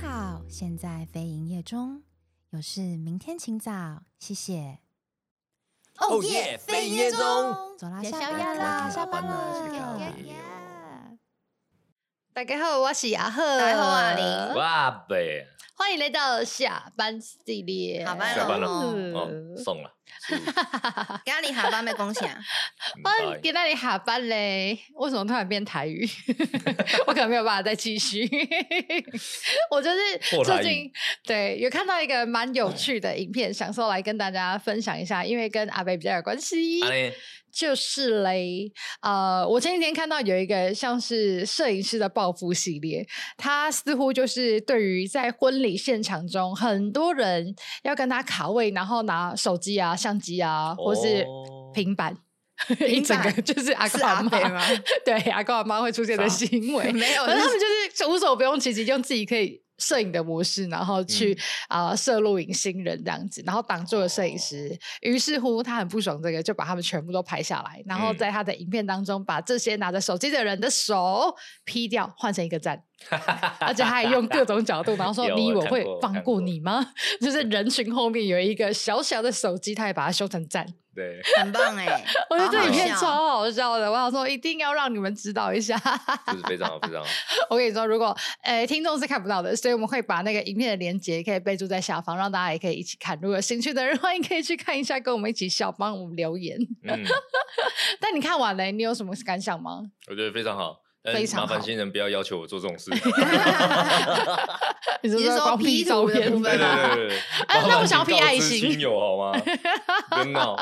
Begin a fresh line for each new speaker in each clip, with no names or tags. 好，现在非营业中，有事明天请早，谢谢。
哦耶非营业中
走啦，
也
下
宵夜
班
啦
啦，
下
下
班
班
啦
了。
哎
大家好，我是阿赫，
大家好啊我是阿
哇啊呗，
欢迎来到下班系列。
好吧
下班了
嗯
哦，送 了，是嗯
咖喱下班没恭喜啊！
唔
我
该
哦给那里下班嘞，为什么突然变台语？ 我可能没有办法再继续。 我就是
破台
最
语
近对有看到一个蛮有趣的影片，想说来跟大家分享一下，因为跟阿贝比较有关系。
安尼
就是嘞，呃，我前几天看到有一个像是摄影师的报复系列，他似乎就是对于在婚礼现场中，很多人要跟他卡位，然后拿手机啊、相机啊，或是
哦
平板。一整个就是 阿公
是啊
阿
阿北
妈，
吗？
对阿公阿妈会出现的
啥
行为，
没有，
反正他们就是无所不用其极，用自己可以摄影的模式，然后去
嗯
啊、呃摄录影新人这样子，然后挡住了摄影
哦
师。于是乎，他很不爽这个，就把他们全部都拍下来，然后
嗯
在他的影片当中把这些拿着手机的人的手 P 掉，换成一 个赞，而且他还用各种角度，然后说
有：“
你以为
我
我
看
会
过我
放
看
过
过
你吗？” 就是人群后面有一个小小的手机，他也把它修成赞。
对，
很棒哎！
我觉得
好
这
好
影片
笑
超好笑的，我想说一定要让你们知道一下。
就是非常好，非常好。
我跟你说，如果呃听众是看不到的，所以我们会把那个影片的连接可以备注在下方，让大家也可以一起看。如果有兴趣的人，欢迎可以去看一下，跟我们一起笑，帮我们留言。
嗯，
但你看完了，你有什么感想吗？
我觉得非常好。但
非
是
常好
麻烦新人不要要求我做这种 事。对
你是不
你是说
光 P
P
照
图的
片
部
对
分吗
对对对，
哎
麻烦
那我想要
请
P
告
爱
知
心
亲友好吗？别 闹。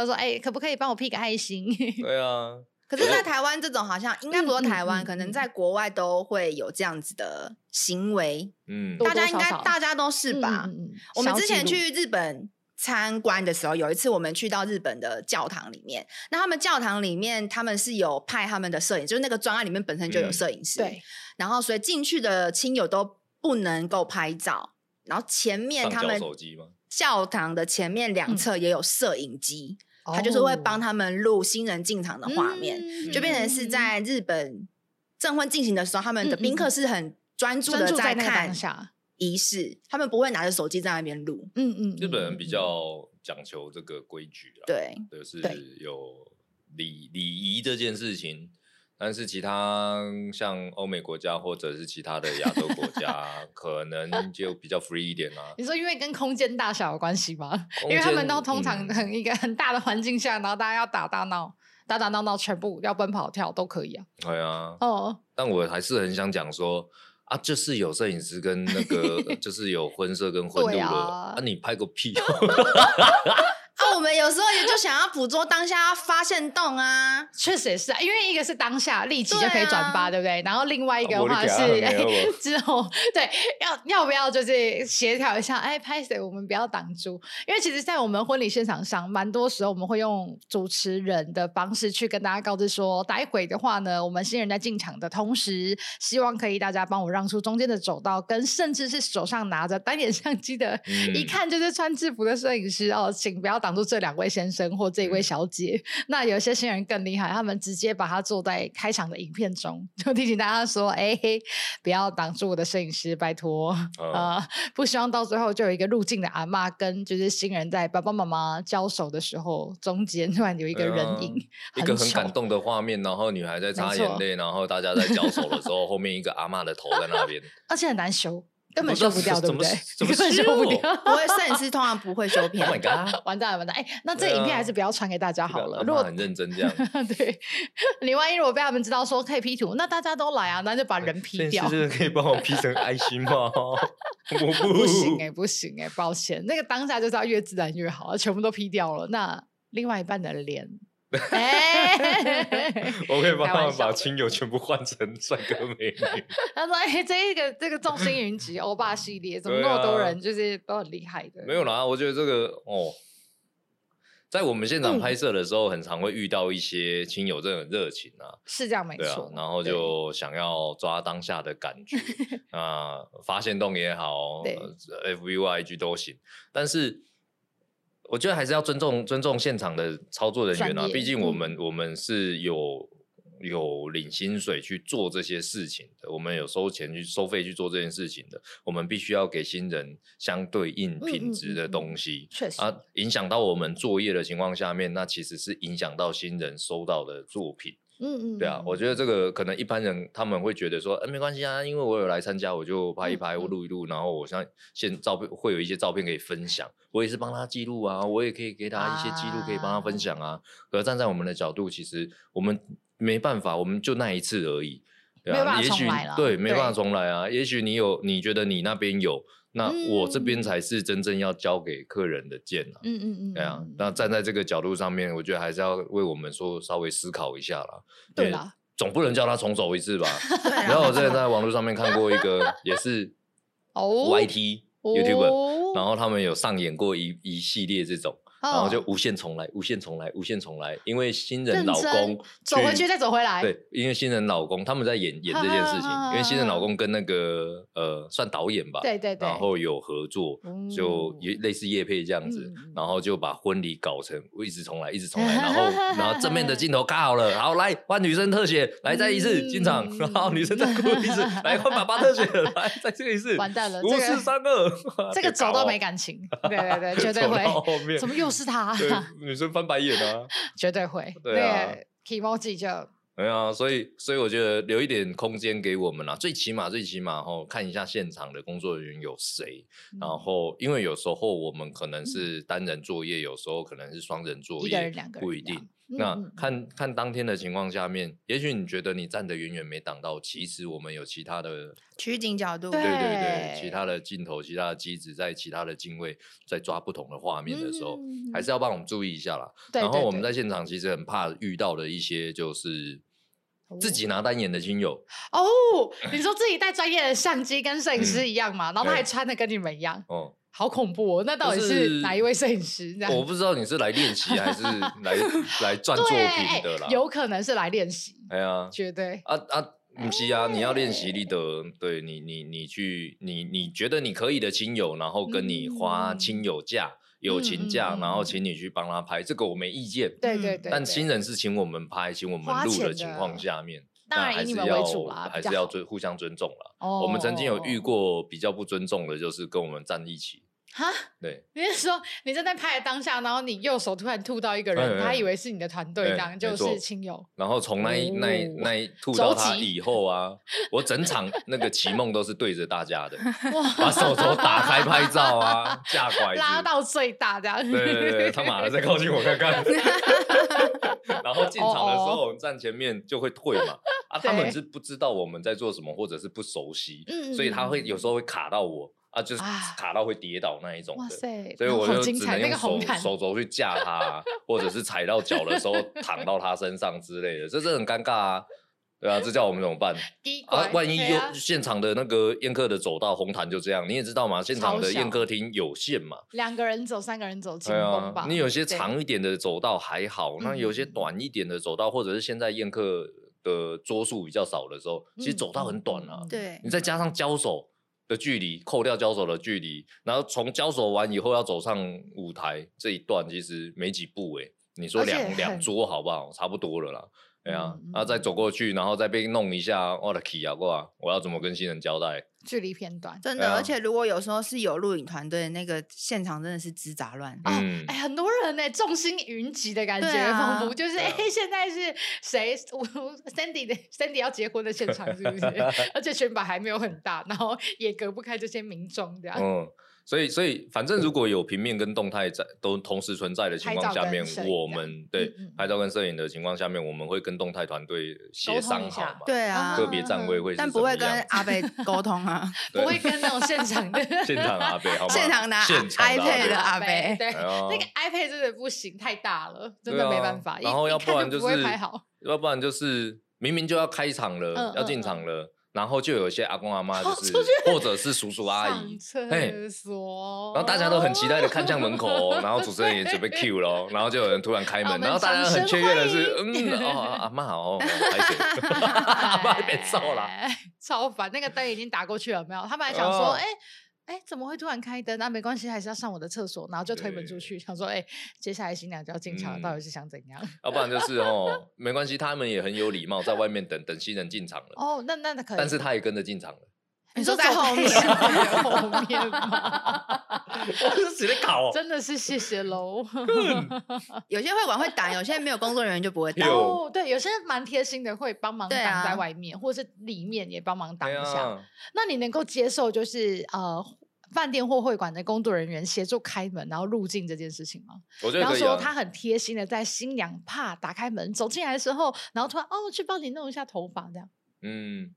后说，哎、可不可以帮我 P 个爱心？
对啊，
可是，在台湾这种好像应该不说台
嗯嗯
湾，
嗯
可能在国外都会有这样子的行为，
嗯
多
大家应
多少
该
少
大家都是吧？
嗯嗯嗯
我们之前
小记录
去日本参观的时候，有一次我们去到日本的教堂里面，那他们教堂里面他们是有派他们的摄影，就是那个专案里面本身就有
嗯
摄影师，
对，
然后所以进去的亲友都不能够拍照，然后前面
上
他
交
们
手机吗？
教堂的前面两
嗯哦
侧也有摄影机，他就是会帮他们录新人进场的画面，
嗯
就变成是在日本证婚进行的时候，他们的
嗯嗯
宾客是很专注
专
的
注在那个
看
当下。
仪式，他们不会拿着手机在那边录。
嗯嗯，
日本人比
嗯
较讲求这个规矩啊啦，
对，
就是
对
有礼礼仪这件事情，但是其他像欧美国家或者是其他的亚洲国家，可能就比较 free 一点啦、
你说因为跟空间大小有关系吗？
空
因为他们
间
都通常
嗯
很一个很大的环境下，然后大家要打打闹、打打闹闹，全部要奔跑跳都可以啊。
对啊，
哦，
但我还是很想讲说。啊，就是有摄影师跟那 个，就是有婚摄跟婚
对
录了，
啊
啊，你拍个屁！哦
啊，我们有时候也就想要捕捉当下发现洞啊，
确实也是啊，因为一个是当下立即就
对
可以转发，
啊
对不对？然后另外一啊个的
我的
话
脚
是、
很 没有
之后，对，要要不要就是协调一下？哎，拍谁？我们不要挡住，因为其实，在我们婚礼现场上，蛮多时候我们会用主持人的方式去跟大家告知说，待会的话呢，我们新人在进场的同时，希望可以大家帮我让出中间的走道，跟甚至是手上拿着单眼相机的，一
嗯
看就是穿制服的摄影师哦，请不要挡住这两位先生或这一位
嗯
小姐。那有些新人更厉害，他们直接把它做在开场的影片中，就提醒大家说：“哎、嘿，不要挡住我的摄影师，拜托啊、
哦
呃不希望到最后就有一个入境的阿嬷跟就是新人在爸爸妈妈交手的时候，中间突然有一个人影，
啊一个很
丑
感。动的画面，然后女孩在擦
没错
眼泪，然后大家在交手的时候，后面一个阿嬷的头在那边，
而且很难修，根本
不知
修
道
不
哦是
掉，对
怎
不
么
对？
怎
根
么
本修不
修
掉。
不会摄影师通常不会修片
Oh my god！
完蛋了，完蛋！哎、那这
对
影片
啊
还是不要传给大家
这个
好了。
阿
如
嬷
果
很认真这 样，
对，你万一如果被他们知道说可以 P 图，那大家都来啊，那就把人 P 掉。
真的可以帮我 P 成爱心 吗？我不欸
不行哎、不行哎、抱歉，那个当下就是要越自然越好，全部都 P 掉了，那另外一半的 脸，哎
我可以帮
开
他
玩
们
笑
把
的
亲友全部换成帅哥美女。
他说：“哎、这一个这个众星云集欧巴系列，怎么那
对啊
么多人，就是都很厉害的。”
没有啦，我觉得这个哦，在我们现场拍摄的时候，很常会遇到一些亲友这种热情啊，
是这样没
对啊
错，。
然后
对
就想要抓当下的感 觉啊、发现洞也好呃
对
，F V Y G 都行，但是。我觉得还是要尊重尊重现场的操作人员啊
专，业
毕竟我
嗯
们、我们是有有领薪水去做这些事情的，我们有收钱去收费去做这件事情的，我们必须要给新人相对应
嗯
品质的东西。
确实，
啊，影响到我们作业的情况下面，那其实是影响到新人收到的作品。
嗯嗯，
对啊，我觉得这个可能一般人他们会觉得说，哎、没关系啊，因为我有来参加，我就拍一拍，
嗯
我录一录，然后我像现照片会有一些照片可以分享，我也是帮他记录啊，我也可以给他一些记录可以帮他分享啊。可是站在我们的角度，其实我们没办法，我们就那一次而已，对
没有办
啊，
法
也
重
许
来了
对没办法
对
重来啊，也许你有你觉得你那边有，那我这边
嗯
才是真正要交给客人的件啊。
嗯嗯嗯，
对啊，那站在这个角度上面，我觉得还是要为我们说稍微思考一下啦。因
对
为
啦，
总不能叫他重走一 次吧？
对啊
然后我之前在网络上面看过一个也是
哦
YT YouTuber，
哦
然后他们有上演过一一系列这种，然后就无限重来、无限重来、无限重来，因为新人
哦认
老
真
公
走回去再走回来，
对，因为新人老公他们在演演这件事 情，因为新
嗯
人老公跟那个呃算导演吧，
对对对，
然后有合作，就
哦
也类似叶配这样子，
嗯
然后就把婚礼搞成一直重来，一直重来，然 后然后正面的镜头卡好了，好来换女生特写，来再一次进场，
嗯
然后女生再哭一次，来换爸爸特写，来再这个一次，
完蛋了，
五
这
四
个
三二，
这个走到没 感情，对对对，绝对
哦走到
会，
后面
怎么又是他？
对女生翻白眼啊？
绝对会，
对啊
那个 emoji 就
对啊，所以所以我觉得留一点空间给我们啦，最起码最起码吼，看一下现场的工作人员有谁，
嗯
然后，因为有时候我们可能是单人作业，有时候可能是双人作
一
业，
个人两个人
不一
这
定
样。嗯
那
嗯嗯
看看当天的情况下面，也许你觉得你站得远远没挡到，其实我们有其他的，
取景角度，
对
对对对，其
对
他的镜头、其他的机子，在其他的镜位在抓不同的画面的时候，
嗯
还是要帮我们注意一下啦。
对
然
对
后我们
对
在现场其实很怕遇到的一些就是
哦
自己拿单眼的亲友，
哦，你说自己带专业的相机跟摄影师一样嘛，然后他还
嗯对
穿的跟你们一样，
哦、
好恐怖哦！那到底
就是是
哪一位摄影师？这样
我不知道你是来练习 还是来来赚作
对
品的啦
哎。有可能是来练习，
哎呀，
绝对
啊啊，不是啊，你要练习立德，对你你你去你你觉得你可以的亲友，然后跟你花
嗯
亲友价、友情价，
嗯嗯
然后
嗯
请你去帮他拍，这个我没意见。
对对对。
但
对
新人是请我们拍，请我们
花
录
钱
的
的
情况下面，
当
那
然以
还
你
是
们为
要
主啦
还
比较
是要
好
尊互相尊重啦。
哦
我们曾经有遇
哦哦
过比较不尊重的，就是跟我们站一起，
哈，
对，
你是说你正在拍的当下，然后你右手突然吐到一个
哎
人，
哎
他以为是你的团
哎
队，这样
没
就
错
是亲友。
然后从那一、那一
哦
那一吐
周
到他
琦
以后啊，我整场那个奇梦都是对着大家的，
哇，
把手肘打开拍照啊， 架拐子，
拉到最大这样。
对对对，他妈的再靠近我看看。然后进场的时候，我们站前面就会退嘛，啊，他们
哦对
是不知道我们在做什么，或者是不熟悉，
嗯
所以他会有时候会卡到我啊，就是
啊
卡到会跌倒那一种
哇
的。
塞，
所以我
好
就
精
只
彩
能
那
用
个
手
红毯，
手肘去架他、啊，或者是踩到脚的时候躺到他身上之类的，这是很尴尬啊。对啊，这叫我们怎么办
滴
啊
管？
万一
对
又
啊
现场的那个宴客的走道红毯就这样，你也知道嘛，现场
超
的宴
小
客厅有限嘛。
两个人走，三个人走，紧
对
绷
啊
吧。，
你有些
对
长一点的走道还好，那有些
嗯
短一点的走道，或者是现在宴客的桌数比较少的时候，其实
嗯
走道很短
嗯
啊
嗯。
对
你再加上交手的距离，扣掉交手的距离，然后从交手完以后要走上舞台这一段，其实没几步诶、你说
而且
两两
很
桌好不好？差不多了啦。哎呀
嗯，
然后再
嗯
走过去，然后再被弄一下，我的 key 啊，哇，我要怎么跟新人交代？
距离偏短。
真
对
的，
啊
而且如果有时候是有录影团队，那个现场真的是吱杂乱。
哦
嗯，
哎，很多人呢、众星云集的感觉，
对啊
仿佛就是
对
哎、
啊
现在是谁我我？Sandy 的 Sandy 要结婚的现场是 不是？ 而且裙摆还没有很大，然后也隔不开这些民众这样。
嗯，所以所以反正如果有平面跟动态在都同时存在的情况下面
拍照跟摄影，
我
这样
们对
嗯嗯
拍照跟摄影的情况下面，我们会跟动态团队协商好嘛？
对
嗯
啊，
个别站位会是
但
什
不
么
会跟
样
阿贝沟通啊，
对
不会跟那种现场的
现场阿贝好吗？
现场拿
现场的阿伯
iPad 的阿
贝
伯，
对，
哎呀
啊那个 iPad 真的不行，太大了，真的
对啊
没办法。一
然后
一
要
看
然
就
就是
不会拍好，
要不然就是明明就要开场了
嗯，
要
嗯
进场了，然后就有一些阿公阿妈就
跑
是
出去，
或者是叔叔阿姨
上。厕所，
然后大家都很期待的看向门口哦、然后主持人也准 备 Q 咯，然后就有人突然开
哦让我
门，
们
然后大家很雀跃的是，
掌声欢迎
嗯，哦， 阿妈哦，还行， 阿妈变瘦了，
哎，超烦。那个灯已经打过去了，没有？他本来想
哦
说，哎、哎，怎么会突然开灯？啊那、没关系，还是要上我的厕所，然后就推门出
对嗯
去，想说，哎，接下来新娘就要进场了，到底是想怎样？
要不然就是哦，没关系，他们也很有礼貌，在外面等等新人进场了，
哦，那那那可以，
但是他也跟着进场了，
你
你
说
说
在
走
后
太
面，
小
在后面 吗？
我是直接搞嗯哦，
真的是谢谢喽。
有些会管会挡，有些没有工作人员就不会挡。
有
哦，对，有些蛮贴心的，会帮忙
对
挡在
啊
外面，或者是里面也帮忙挡
对
一下。
啊，
那你能够接受就是呃，饭店或会馆的工作人员协助开门，然后入境这件事情吗？
我觉得
然后
可以
说他
啊，
很贴心的在新娘怕打开门走进来的时候，然后突然哦去帮你弄一下头发这样，
嗯，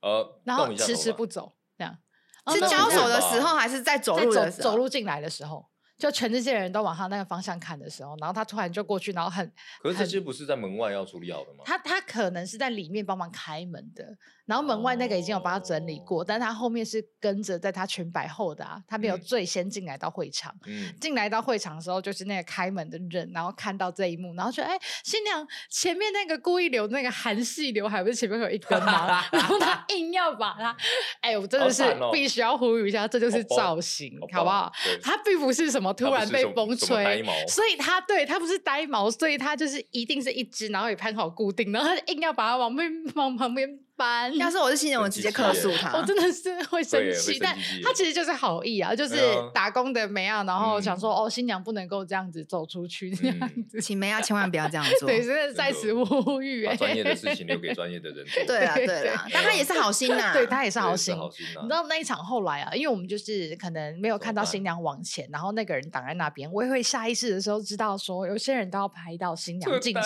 呃，
然后
动一下
迟
头
迟
吧
不走这样，哦
是
那
交
不会
手的
吧
时候，还是在走
在
路
走
的时候？
走路进来的时候。就全世界人都往他那个方向看的时候，然后他突然就过去，然后很
可是这些不是在门外要处理好的吗？
他他可能是在里面帮忙开门的，然后门外那个已经有帮他整理过，但他后面是跟着在他裙摆后的啊，他没有
哦嗯
最先进来到会场。
嗯，
进来到会场的时候，就是那个开门的人，然后看到这一幕，然后说：“哎、新娘前面那个故意留那个韩系刘海，不是前面会有一根吗？”然后他硬要把它，哎、我真的
好
是
惨哦
必须要呼吁一下，这就是
好棒
造型，嗯好不
棒
好？？
对
他并不是什么突
它不
然
是
被
什么
风
什么
吹
呆毛，
所以他对他不是呆毛，所以他就是一定是一只，然后也攀好固定，然后他硬要把它往边往旁边搬。
要是我是新人，我直接
生气
客
耶
诉他。
我真的是会生
会
气
生，
但
气
他其实就是好意啊，就是
对啊
打工的没啊，然后想
嗯
说、哦，新娘不能够这样子走出去这样
嗯
子。
请梅亚千万不要这样做。
对，真的在
真
此
的
呼吁、
把
欸，
专业的事情留 给专业的人做。
对啦
对
对啦
对，
但他也是好心呐。
对他也是
这
好
也
心
是。好心
你知
啊。
道那一场后来啊，因为我们就是可能没有
怎
看
么
到
办
新娘往前，然后那个人挡在那边，我也会下意识的时候知道说，有些人都要拍到新娘进场，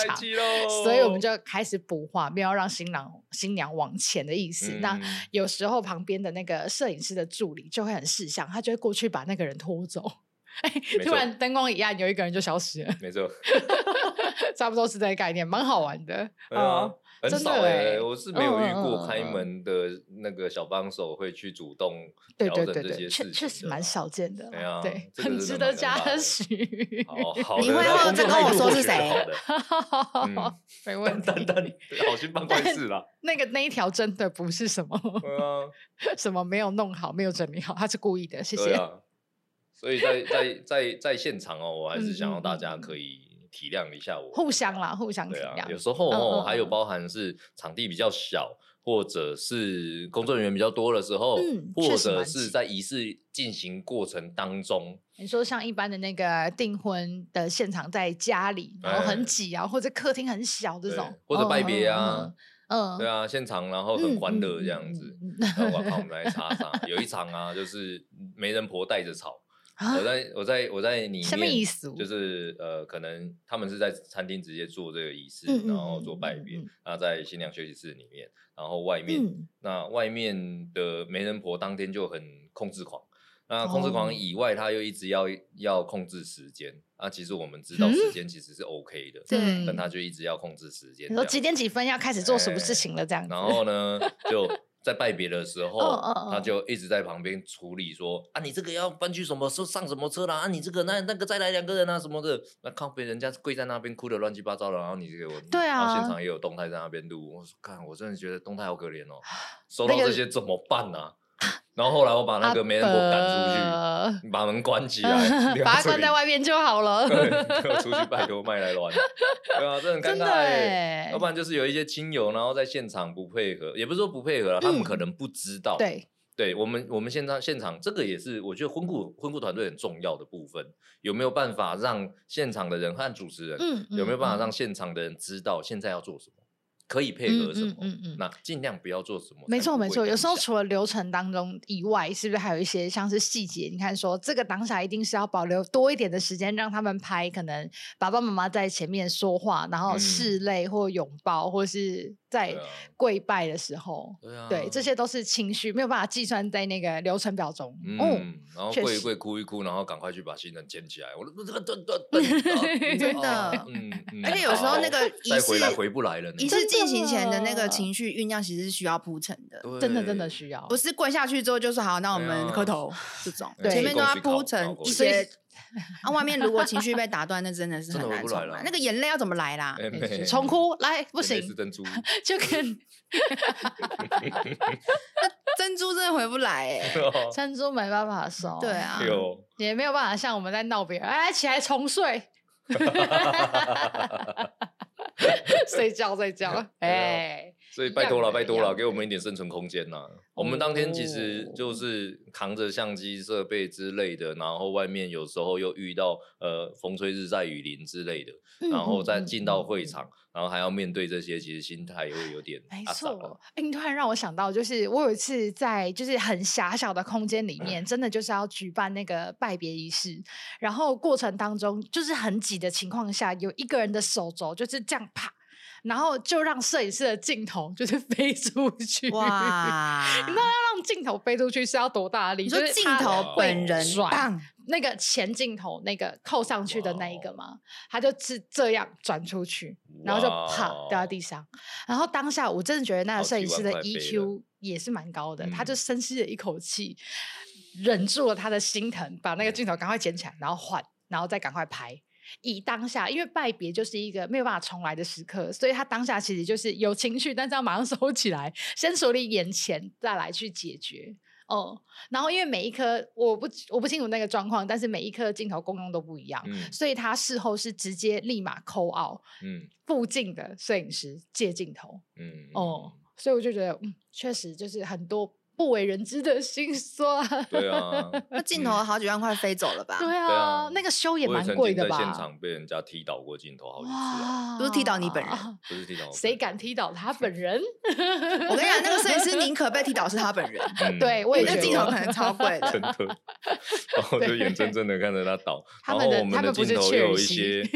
所以我
哦
们就开始补画，没有让新郎新娘往前的意思。那
嗯
有时候旁边的那个摄影师的助理就会很识相，他就会过去把那个人拖走。哎
没
突
错
然灯光一暗，有一个人就消失了，
没错，
差不多是这个概念，蛮好玩的。
对啊，很
真的
少
欸
哎，我是没有遇
嗯嗯嗯嗯
过
嗯
开门的那个小帮手会去主动
对
调
对
整
对
这
对，
些
确
事
确
情
实
的
蛮
啦。
少见的
对
啦，
啊
对，
这个
很
真
值
的
得
蛮
嘉
尴尬的
许。
好哦好的，
你会
那
后
工
再
作
跟我
态度
说是
觉得
谁
好的 嗯
没问题
但。但 好心办坏事啦。
那个那一条真的不是什 么
对啊，
什么没有弄好，没有整理好，他是故意的。 谢
对
谢。
啊。所以在在在在现场哦，我还
嗯
是想要大
嗯
家
嗯
可以体谅一下我，
互相啦，互相体
对啊，有
谅。
时候
嗯
哦，
嗯
还有
嗯
包含是场地比较小，或者是工作人员比较多的时候，
嗯确
或
实蛮
者
挤
是在仪式进行过程当中，
你说像一般的那个订婚的现场，在家里，然后很
哎
挤啊，或者客厅很小这
对
种，
或者拜
嗯
别啊，，
嗯，嗯嗯
对，啊，现场然后很欢乐这样子。然后我靠，我们来查查，有一场啊，就是媒人婆带着吵，
啊
我在我在我在里面，
什么意思
就是呃，可能他们是在餐厅直接做这个仪式，
嗯嗯
然后
嗯
做
嗯
拜
嗯
别
嗯，
那、在新娘休息室里面，然后外面、
嗯
那外面的媒人婆当天就很控制狂，那控制狂
哦
以外，他又一直要要控制时间。啊，其实我们
嗯
知道时间其实是 OK 的，
对
但他就一直要控制时间
你
这
说
样子。
几
哎
点几分要开始做什么事情了这样子，
然后 呢，就在拜别的时候，
嗯嗯嗯
他就一直在旁边处理说啊，你这个要搬去什么，说上什么车啦，啊，你这个那那个再来两个人啊什么的，那靠别人家跪在那边哭的乱七八糟的，然后你给我
对
然后
啊
现场也有动态在那边录，我说看，我真的觉得动态好可怜 哦，收到
那个
这些怎么办啊？然后后来我把那
啊
个媒人婆赶出
赶
去，把门关起来，留
呃把
这
它关
里
在。外面就好了。
对，就出去拜托麦来乱，对啊，这很尴
真
尬
的
欸
哎
要，不然就是有一些亲友，然后在现场不配合，也不是说不配合啦，他们可能不知道。
嗯对，
对，我们我们现场现场这个也是，我觉得婚顾婚顾团队很重要的部分，有没有办法让现场的人和主持人，
嗯，
有没有办法
嗯
让现场的人知道现在要做什么，可以配
嗯
合什么
嗯，嗯嗯
那尽量不要做什么。
没错，没错。有时候
出
除了流程当中以外，是不是还有一些像是细节？你看说，这个当下一定是要保留多一点的时间，让他们拍，可能爸爸妈妈在前面说话，然后
嗯
拭泪或拥抱，或是在
对啊
跪拜的时候，
对啊，
对，这些都是情绪没有办法计算在那个流程表中。嗯，
嗯，然后
确
跪一
实
跪，哭一哭，然后赶快去把新人捡起来。我这个这个这个
真的
嗯，嗯嗯
而且有时候那个
再
仪式
回来回不来了呢，
仪式
真
进行前的那个
真的
情绪酝酿，其实是需要铺陈的。
对
真的真的需要，
不是跪下去之后就说好，那我
对
们
啊
磕头这种，
对
前面都要
去
铺
公司考考
成
过
一
所
以
些。 啊，外面如果情绪被打断，那真的是
真的
很
回
难
不
重
来
来
了。
那个眼泪要怎么来啦？
哎
没
没
错重哭来不
眼泪
行
是， 珍珠，哦
就跟
珍珠真的回不来哎、
珍珠没办法收，
对，啊，
有
也没有办法像我们在闹别人，哎，起来重睡， 睡觉 睡
啊
觉，哎，
所以拜托
一样的
了，拜托
一样
了，
的
给我们一点生存空间呐。我们当天其实
哦
就是扛着相机设备之类的，然后外面有时候又遇到呃风吹日晒雨淋之类的，然后再进到会
嗯场。嗯嗯嗯
场，然后还要面对这些，其实心态也会有点
没
阿萨了
错，哎、你突然让我想到，就是我有一次在就是很狭小的空间里面，真的就是要举办那个拜别仪式，然后过程当中就是很挤的情况下，有一个人的手肘就是这样啪，然后就让摄影师的镜头就是飞出去。！
哇，
你知道要让镜头飞出去是要多大的力？
你说
就是
镜
它
头
会
本人
甩
棒
那个前镜头那个扣上去的那一
哦
个嘛，他就是这样转出去，然后就啪
哇哦
掉在地上。然后当下我真的觉得那个
好
摄
几
影师
万
的
块飞
EQ 也是蛮高的，他
嗯
就深吸了一口气，忍住了他的心疼，把那个镜头赶快捡起来，然后换，然后再赶快拍。以当下，因为拜别就是一个没有办法重来的时刻，所以他当下其实就是有情绪，但是要马上收起来，先处理眼前，再来去解决。哦，然后因为每一颗我不我不清楚那个状况，但是每一颗镜头功用都不一样，
嗯
所以他事后是直接立马扣 out
嗯
附近的摄影师借镜头。
嗯
哦，所以我就觉得，嗯，确实就是很多不为人知的心酸。
对啊，
那镜头好几万块飞走了吧？
对啊，
啊
那个修也
我
蛮
曾
贵
经
的
在
吧？
现场被人家踢倒过镜头好几次啊，
哇
不是踢倒你本人，
不是踢倒我
谁
本人
敢？踢倒他 本人？
我跟你讲，那个摄影师宁可被踢倒是他本 人，
嗯
对我也
那
觉
个
得
镜头可能超贵 的。
真的， 然后就眼睁睁的看着他倒，
他
然
们
后
的
我
他
们
们
的
不
镜
是
头
确
又有一
实
些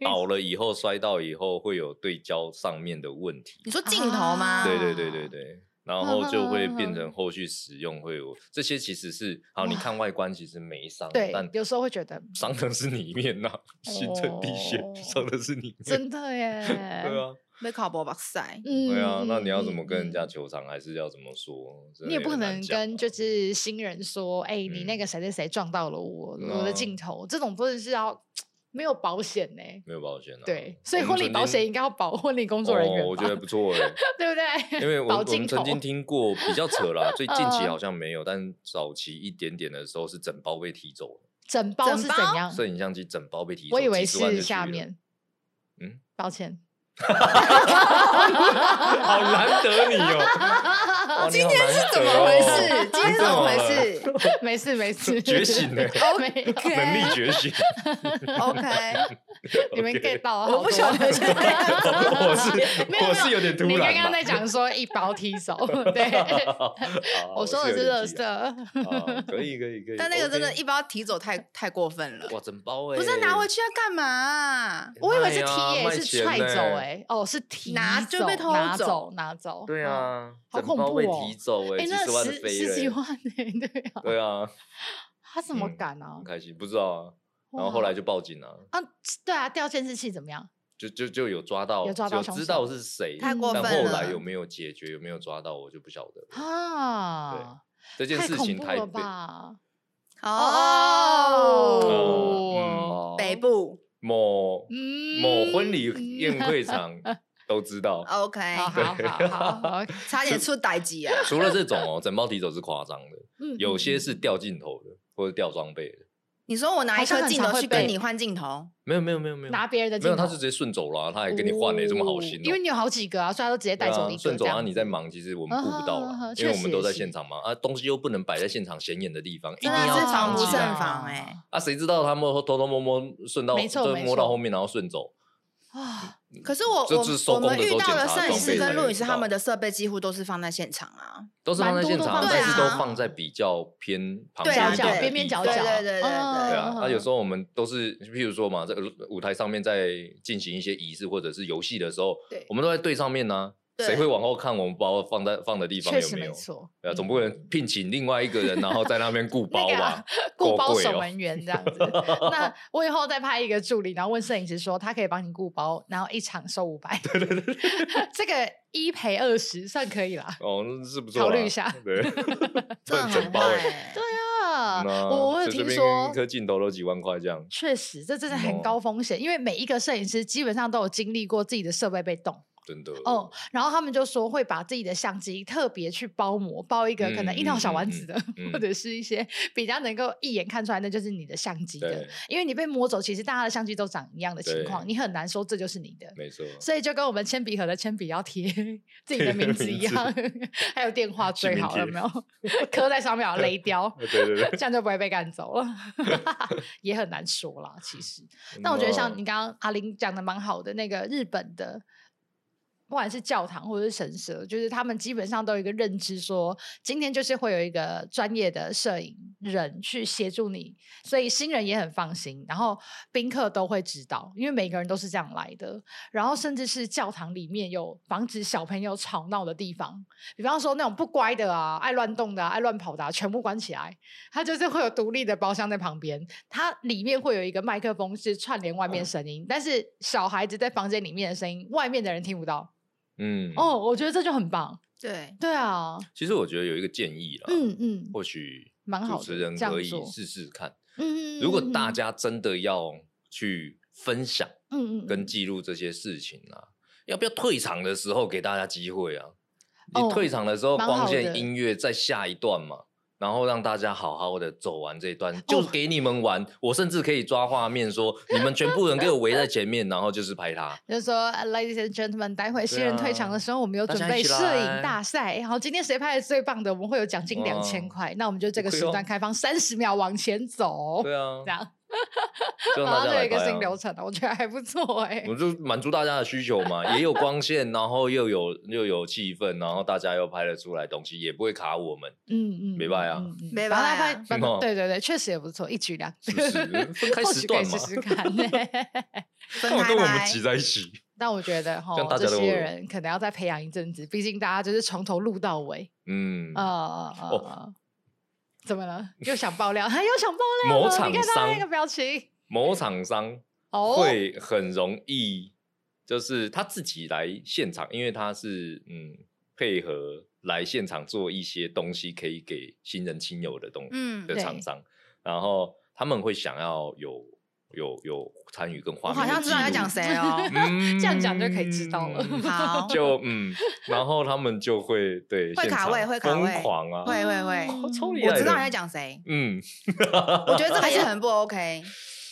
倒了以后摔到以后会有对焦上面的问题，
你说镜头吗？
对对对
啊嗯
对对，然后就会变
哼哼哼
成后续使用会有这些，其实是好，你
哇
看外观其实没伤，
对
但，
有时候会觉得
伤的是里面 呐，形成滴血
哦，
伤的是里面，
真的耶。
对啊，
被考博哇 塞，
嗯，
对啊，那
嗯
你要怎么跟人？
嗯
家
嗯
求偿，还是要怎么说？真的
你也不可
很难
能
讲
跟
啊
就是新人说，哎、你那
嗯
个谁谁谁撞到了我，
嗯
我的
啊
镜头，这种不是是要没有保险呢、
没有保险啊，
对，所以
我
婚
们
礼
曾
保险
经
应该要保婚礼工作人员吧、
哦，我觉得不错哎。
对不对？
因为我
保
我
镜
们
头
曾经听过比较扯啦，最近期
嗯
好像没有，但早期一点点的时候是整包被提走了，
整包
整
是怎
包
样？
摄影相机整包被提走，
嗯我以为
几十万
是
就
下
去了，
面。
嗯，
抱歉，
好难得你 哦，今天是
怎么回 事？今天是怎么回事
没事没事，哦
觉醒了
没，
能力
？OK
觉 醒，
OK，
你们
OK
get 到啊？
我不晓得是这样子
我 是
没有
我是有点突
你刚
然
刚
啦
在讲说一包踢手， 对，
好
我说的是
有点
乐
急啊
色，
啊可以可以 可以，
但那个真的，
OK
一包提走太太过分了，
哇，整包哎，
不是拿回去要干嘛啊？
我以为是踢
卖
耶，
啊
是
卖钱
踹走
呢
哎，哦，是踢
拿
走
就被偷
拿
走
走拿走，
对
哦，
啊，
好
整包
恐
被
怖哦
提走哎，
哎，
几
那
十万
十
的飞
十几
了欸
万哎， 对啊，
对啊，
他怎么
嗯
敢啊
很？开心，不知道 啊。然后后
哇
来就报警了、
啊，对啊，掉监视器怎么样？
就就就有抓到，
有抓到凶
知道
手
是谁，
太
嗯但
过
后
分了。
来有没有解决，有没有抓到，我就不晓得了。
啊，
这件
太
事
恐
情
怖
台
了
北
吧？
哦，
哦嗯
北部
某、
嗯
某婚礼宴会 场都知道。
OK，
好好好好 好，
差点出歹机 啊！
除了这种哦，整包提走是夸张的，
嗯
有些
嗯
是掉镜头的，或者掉装备的。
你说我拿一
好像
颗
很
镜
常
头
会
去跟
被
你换镜头，
没有没有没有没有，
拿别人的
没
镜
有，
头，
他是直接顺走了、他还跟你换嘞、这么好心哦、
哦因为你有好几个啊，所以他都直接带
对
走
啊
一个。
顺走
这样
啊，你在
子，
忙，其实我们顾不到
啊啊啊
了，因
确
为
实
我们都
也
在
是啊
现场嘛，啊，东西又不能摆在现场显眼的地方，一定
真的
要
是防
藏
不
起
胜
来。
防哎
啊，谁知道他们偷偷摸摸顺到，
没错
就
没
摸到
错
后面然后顺走，
啊！
可是我
这只是
我
收
我
工
们
的时
遇
候
到的
检查
摄影师
装备
跟
才
录影
知
师，他
道
们的设备几乎都是放在现场啊。
都是
蛮
放在
多
现
都
场
放
啊，
在
但
现
是都
场
放在比较偏旁
对
边一
角啊角
点的地
边边角
方啊
角，
对对对对
嗯
对啊，
嗯
那有时
嗯
候我们都是，譬如说嘛，在舞台上面在进行一些仪式或者是游戏的时候
对，
我们都在队上面呢、
对
谁会往后看我们包放在放的地方
嗯确
有
实
没
没
有？
错，嗯
对啊，总不能聘请另外一个人，然后在那边雇包
那个
吧
啊？雇包
够贵
守
哦
门员这 样子。那我以后再派一个助理，然后问摄影师说，他可以帮你雇包，然后一场收五 百。对对对， 这个一赔二十算可以啦。
哦，那是不错啦，
考虑一下
对，
这
赚
很
整包
快
哎。
欸，
啊，
那
我我有
嗯随随
听
便
说
一，颗镜头都几万块这样。
确实这真的很
哦
高风险，因为每一个摄影师基本上都有经历过自己的设备被动。
真的
哦，，然后他们就说会把自己的相机特别去包膜，包一个可能
嗯
樱桃
嗯
小丸
嗯
子的，
嗯
或者是一些比较能够一眼看出来那就是你的相机的
对，，
因为你被摸走，其实大家的相机都长一样的情
对
况，你很难说这就是你的。
没错，
所以就跟我们铅笔盒的铅笔要贴自己的
的
名字
名
一
字
样， 还有电话
姓
最
名
好有
贴
没有刻在上面有 雷雕，
呃对对对，
这样就不会被赶走了， 也很难说啦。其实，但我觉得
嗯
像你刚刚阿玲讲的蛮好的，那个日本的，不管是教堂或者是神社，就是他们基本上都有一个认知说今天就是会有一个专业的摄影人去协助你，所以新人也很放心，然后宾客都会知道，因为每个人都是这样来的。然后甚至是教堂里面有防止小朋友吵闹的地方，比方说那种不乖的啊、爱乱动的、啊、爱乱跑的、啊，全部关起来。它就是会有独立的包厢在旁边，它里面会有一个麦克风是串联外
嗯
面声音，但是小孩子在房间里面的声音，外面的人听不到。
嗯，
哦，我觉得这就很棒。
对，
对啊，
其实我觉得有一个建议啦，
嗯嗯
或许
蛮好
主
的
持人
这样
可以
做
试试看。
嗯
如果大家真的要去分享
嗯嗯
跟记录这些事情啊，要不要退场的时候给大家机会啊？
哦
你退场的时候，
蛮好
光线
的
音乐在下一段嘛，然后让大家好好的走完这一段，
哦
就是给你们玩。我甚至可以抓画面说，你们全部人给我围在前面，然后就是拍他。
就说呃，ladies and gentlemen，待会新人退场的时候，我们有
啊大
准
家一
备
起
摄影
来
大赛。然后今天谁拍的最棒的，我们会有奖金两千
哇
块。那我们就这个
可以
时段
哦
开放三十秒往前走，
对啊
哦这，样，
就
然
让大
后
家
就有
来
一个
拍
新流
啊。
程了，我觉得还不错哎、
我就满足大家的需求嘛，也有光线，然后又有又有气氛，然后大家又拍得出来东西，也不会卡我们，
嗯嗯，
没办啊
嗯，嗯
没
把它
办
拍
啊
把它
哦
对对对，确实也不错，一举两
是
得
不是？ 分 开
或
时
许可以
段
试
嘛，
试 看。
分
干嘛
开
跟我
来
们，挤在一起？
但我觉得哈
这样，大
这
家都
些人可能要再培养一阵子，毕竟大家就是从头录到尾。
嗯，哦
呃
哦
呃呃，呃怎么了？ 又想爆料？他又想爆料
某
了？
啊
厂
你看他那
商
个表情，
某厂商
哦，
会很容易，就是他自己来现场，因为他是嗯配合来现场做一些东西，可以给新人亲友的东
嗯
的
对
厂商，然后他们会想要有有有参与跟画
我
面，。
好像知道要讲，谁哦
嗯
这样讲就可以知道了
好，
就嗯，然后他们就会对
会
现
卡
场
位会卡
疯
位
狂啊，
会会会
嗯
好聪明
我
啊
知道
人
你在讲谁，
嗯，
我觉得这个也很不 OK。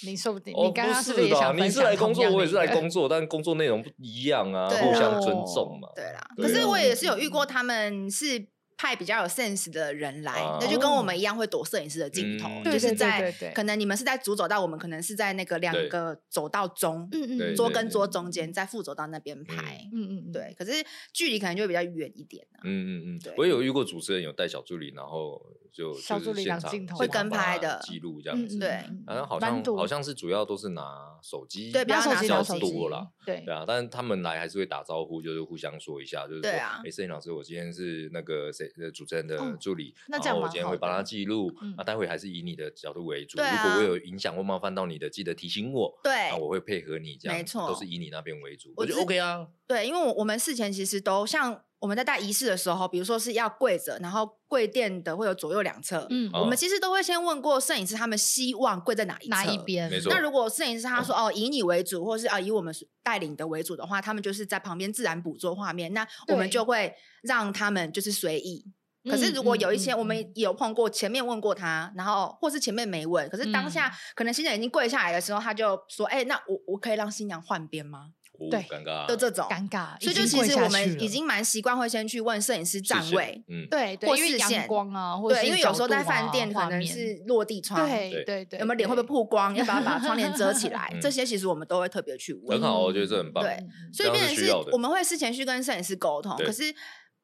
你说不定
哦
你刚
不
刚
是
不是也
的啊
想
你
分
是
享
来工
同
作，
样
我也
的
是来
一个
工作，但工作内容不一样啊，
对
互相
啊
尊重嘛。
对啦，
对
可是
啊
我也是有遇过，他们是派比较有 sense 的人来，
啊
那就跟我们一样会躲摄影师的镜头，
嗯
就
对
是
对对
在
对对，
可能你们是在主走道，我们可能是在那个两
对
个走道中，
嗯嗯
对
嗯
桌
对
跟桌中间，在副走道那边拍。
嗯嗯嗯，
对，可是距离可能就会比较远一点啊、
嗯嗯嗯
对，
我也有遇过主持人有带小助理，然后就
小
就
助
是
理
现
挡
场
镜头
现
会跟
场帮他
拍的
记录这
嗯
样子。
对
嗯
然后好
蛮
像
多
好像是主要都是拿手机，
对不要
拿手
拿
机
手
拿
较
手机
多啦。，
对
对啊，但是他们来还是会打招呼，就是互相说一下，就是说，
对
哎、
啊
摄影老师，我今天是那个谁呃主持人的
哦
助理，
那这
然
样
后我
蛮
今天
好
会帮
的
他记录，
嗯
啊，待会还是以你的角度为主，
对
如
啊
果我有影响或冒犯到你的，记得提醒我，
对
啊，我会配合你，这样
没
子
错
都是以你那边为主，
我
我觉得
之
OK 啊，
对，因为我我们事前其实都像我们在带仪式的时候，比如说是要跪着，然后跪垫的会有左右两侧，
嗯，
哦
我们其实都会先问过摄影师他们希望跪在哪一
哪一
侧
边？
没错
那如果摄影师他说哦以你为主，或是啊以我们带领的为主的话，他们就是在旁边自然捕捉画面，那我们
对
就会让他们就是随意。可是
嗯
如果
嗯
有一些
嗯
我们
嗯
也有碰过，前面问过他，然后或是前面没问，可是当下
嗯
可能新人已经跪下来的时候，他就说：“哎，那我我可以让新娘换边吗
哦
对
尴尬，？”
就这种，
尴尬，
所以
已
就
经
其
跪
实
下
我们
去
已
了
经蛮习惯会先去问摄影师站
谢谢
位，
嗯，
对对，
或
因为
视
阳
线
光啊，或者
对，因
是
为有
角
时候在
度啊
饭店可
画
能
面
是落地窗，
对
对
对对，
有没有脸会不会
对？
曝光？要不要把窗帘遮起来？
嗯
这些其实我们都会特别去问
很。好哦我觉得这很棒
对
嗯
所以
这样
变
是
成
需
是
要的
我们会事前去跟摄影师沟通，
对
可是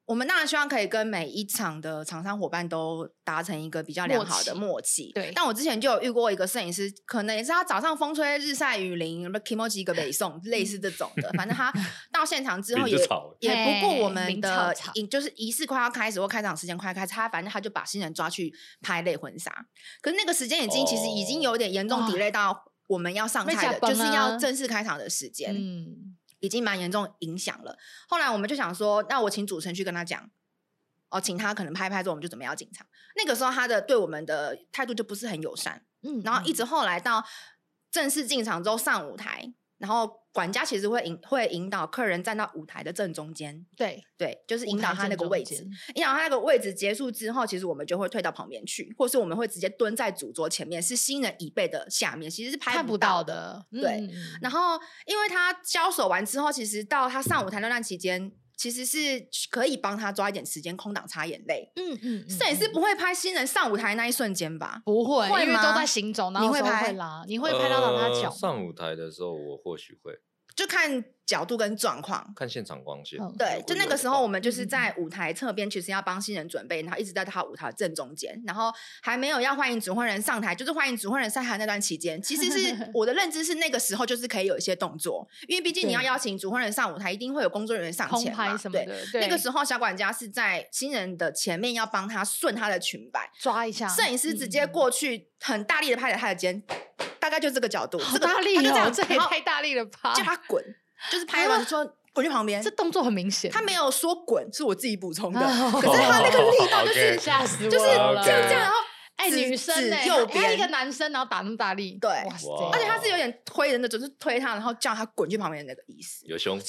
我们当然希望可以跟每一场的厂商伙伴都达成一个比较良好的
默契
默契。
对
但我之前就有遇过一个摄影师，可能也是他早上风吹日晒雨淋 k i m o j i 一个北宋，类似这种的。反正 他到现场之后
林
也
子草
也不顾我
嘿
们
林
的
草草
仪，就是仪式快要开始或开场时间快要开始，他反正他就把新人抓去拍类婚纱。可是那个时间已经、其实已
哦
经有点严重
哇
delay 到我们要上
被
菜的，
夹
就是
崩
要
啊
正式开场的时间。
嗯，
已经蛮严重影响了。后来我们就想说，那我请主持人去跟他讲，哦，请他可能拍拍之后我们就准备要进场。那个时候他的对我们的态度就不是很友善，
嗯
然后一直后来到正式进场之后上舞台，然后管家其实会引会引导客人站到舞台的正中间，
对
对，就是引导他那个位置，，引导他那个位置结束之后，其实我们就会退到旁边去，或是我们会直接蹲在主桌前面，是新人椅背的下面，其实是拍
看
不
不
到
到
的。
的，
对
嗯，
然后，因为他交手完之后，其实到他上舞台那段期间，其实是可以帮他抓一点时间空档擦眼泪。
嗯嗯，
摄影师
嗯
不会拍新人上舞台那一瞬间吧？
不会，
会
因为
吗
都在行走，然
你
后
会
手
拍
会拉，你会拍到到他
呃
脚吗，
上舞台的时候，我或许会
就看角度跟状况。
看现场光线
嗯。
对，就那个时候，我们就是
嗯嗯
在舞台侧边，其实要帮新人准备，然后一直在他舞台正中间，然后还没有要欢迎主婚人上台，就是欢迎主婚人上台那段期间，其实 是我的认知是那个时候就是可以有一些动作，因为毕竟你要
对
邀请主婚人上舞台，一定会有工作人员上
空
前嘛，
拍什么
对，
的，
那个时
候
候，小管家是在新人的前面要帮他顺他的裙摆，
抓一下，
摄影师直接
嗯。嗯嗯
过去，很大力的拍了他的肩，大概就这个角度，
好
这个
大力
他就这
哦
样，
这也
然后
太大力了吧！
叫他滚，就是拍完就说滚去旁边
这。动作很明显，
他没有说滚，是我自己补充的，
啊
可是他那个力道就
OK
是
吓死我
就是
了！
就
，OK
是这样，然后
哎，
指
女生
指
哎，
右
他一个
边。
男生，然后打那么大力，
对
哇塞
哇！
而且他是有点推人的，就是推他，然后叫他滚去旁边的那个意思。
有胸，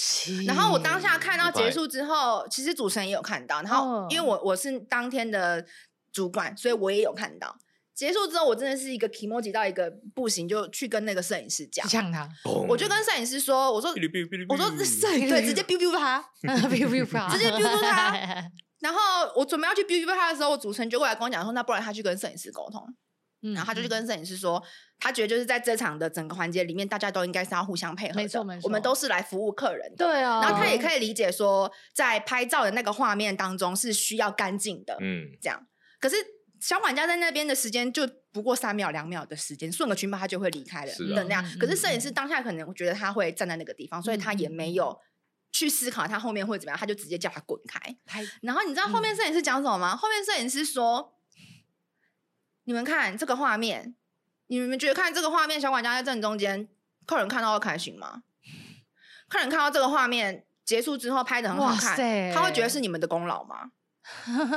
然后我当下看到
嗯
结束之后，其实主持人也有看到，然后
哦
因为我我是当天的主管，所以我也有看到。结束之后，我真的是一个 i m o j i 到一个不行，就去跟那个摄影师讲，
呛他，
我就跟摄影师说，我说
哔哩哔哩哔哩哔哩
我说这摄影对，直接 biu biu 他。
biu biu 啪，
直接 biu biu 他，然后我准备要去 biu biu 他的时候，我主持人就过来跟我讲说，那不然他去跟摄影师沟通，
嗯
然后他就去跟摄影师说，他觉得就是在这场的整个环节里面，大家都应该是要互相配合的，
没错没错
我们都是来服务客人的。
对啊，
然后他也
以
可以理解说，在拍照的那个画面当中是需要干净的，
嗯，
这样。可是小管家在那边的时间就不过三秒、两秒的时间，顺个裙摆他就会离开了
是
的
啊
那样。
嗯嗯嗯
可是摄影师当下可能我觉得他会站在那个地方，所以他也没有去思考他后面会怎么样，他就直接叫他滚开。
拍
然后你知道
嗯
后面摄影师讲什么吗？后面摄影师说：“你们看这个画面，你们觉得看这个画面，小管家在正中间，客人看到会开心吗？客人看到这个画面结束之后拍的很好
哇
看，
塞
他会觉得是你们的功劳 吗？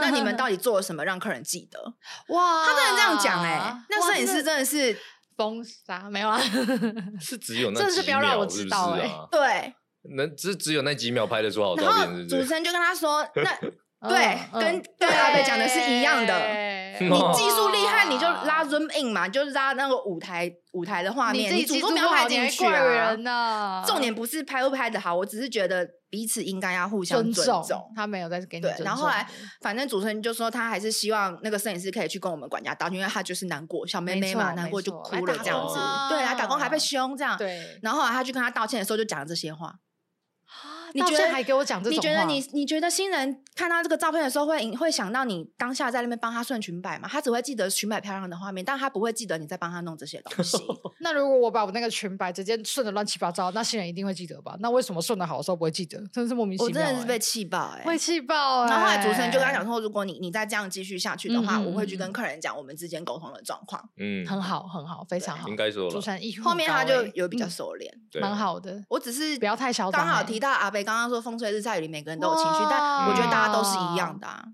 那你们到底做了什么让客人记得？
哇，
他真的这样讲哎、
啊
那摄影师
真的
真的是
封杀没 有啊？
是只有那
真的是
几
不要让
秒
我
是
知
不
道
是
欸
啊
对。
能只只有那几秒拍得出好
然
照
后
片，是不
主持
是？
人就跟他说：那对
嗯
跟
嗯
对阿北讲的是一样的
对
你
你技术厉害，你就拉 zoom in 嘛，就拉那个舞台舞台的画
你
面，
自己
主
技术
动不要
好
拍
你
进
还
去
怪
啊
人。呢。
重点不是拍不拍的好，我只是觉得彼此应该要互相
尊
尊
重，他没有在给你
对
尊重的。
然后后来反正主持人就说他还是希望那个摄影师可以去跟我们管家道歉，因为他就是难过，小妹妹嘛，
没错
难过就
没错
哭了
来打
这样
工
子。
啊
对，来打工还被凶这样。
对，
然后后来啊他去跟他道歉的时候，就讲了这些话。你
到
觉
现
得
在啊还给我讲这
你
种
觉得
话
你你觉得新人看到这个照片的时候会影会想到你当下在那边帮他顺裙摆吗？他只会记得裙摆漂亮的画面，但他不会记得你在帮他弄这些东 西。
那如果我把我那个裙摆直接顺的乱七八糟，那新人一定会记得吧？那为什么顺的好的时候不会记得？真是莫名其
我
妙、
真
欸，
的是被气爆哎、
会气爆、欸。
然后后来主持人就跟他讲，说，如果你你再这样继续下去的话，
嗯嗯
我会去
嗯
跟客人讲我们之间沟通的状况。
嗯，
很好，很好，非常好
应。该说
主
了
持，人意识
后面他
很高
就
欸
有比较
嗯
收敛。
对
蛮
啊，
好的。
我只是
不要太嚣张
刚好
欸
提到阿北刚刚说风吹日晒雨淋，每个人都有情绪，但我觉得大家都是一样的、啊。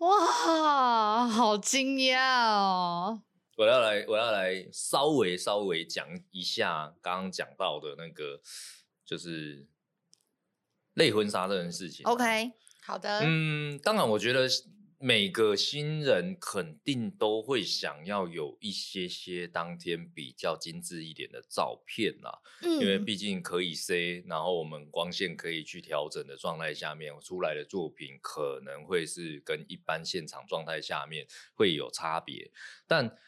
哇，好惊讶哦！
我要来，我要来稍微稍微讲一下刚刚讲到的那个，就是类婚纱这件事情。
OK，
好的
嗯，当然，我觉得每个新人肯定都会想要有一些些当天比较精致一点的照片啦，
嗯
因为毕竟可以 C，然后我们光线可以去调整的状态下面出来的作品，可能会是跟一般现场状态下面会有差别。但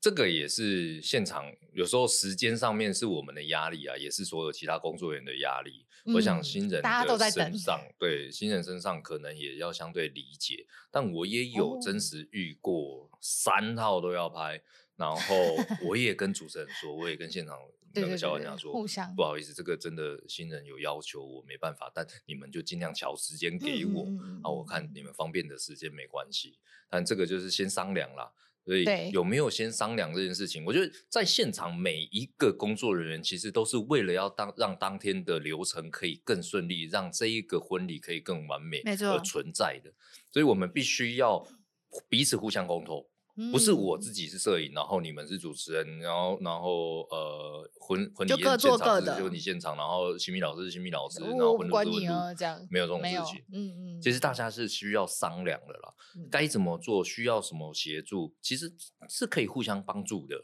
这个也是现场有时候时间上面是我们的压力啊，也是所有其他工作人员的压力。我想
嗯
新人
大家
的
都在
身
等
上，对新人身上可能也要相对理解，但我也有
哦
真实遇过三套都要拍，然 后我也跟主持人说，我也跟现场
对
那个
对
小管
对对
家说，
互相
不好意思，这个真的新人有要求，我没办法，但你们就尽量调时
嗯
间给我。啊，我看你们方便的时间没关系，但这个就是先商量啦。所以
对
有没有先商量这件事情？我觉得在现场每一个工作人员其实都是为了要当让当天的流程可以更顺利，让这一个婚礼可以更完美，
没
而
错
存在的。所以我们必须要彼此互相沟通，
嗯
不是我自己是摄影，然后你们是主持人，然后然后呃婚婚礼
就
宴
各
现
做
场
各
是
的
婚礼现场，然后新密老师是新密老师，然
嗯我
后婚
我不
礼
管
是婚
你
礼
哦，这样
没有这种
没
事
有
情。
嗯嗯，
其实大家是需要商量的啦
嗯，
该怎么做，需要什么协助，其实是可以互相帮助的。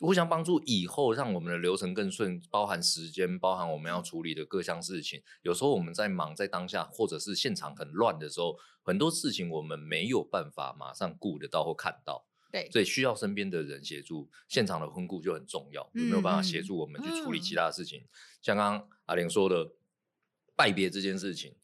互相帮助以后，让我们的流程更顺，包含时间，包含我们要处理的各项事情。有时候我们在忙在当下，或者是现场很乱的时候，很多事情我们没有办法马上顾得到或看到，
对
所以需要身边的人协助。现场的婚顾就很重要，有没有办法
嗯
协
嗯
助我们去处理
嗯
其他的事情？像刚刚阿玲说的，拜别这件事情，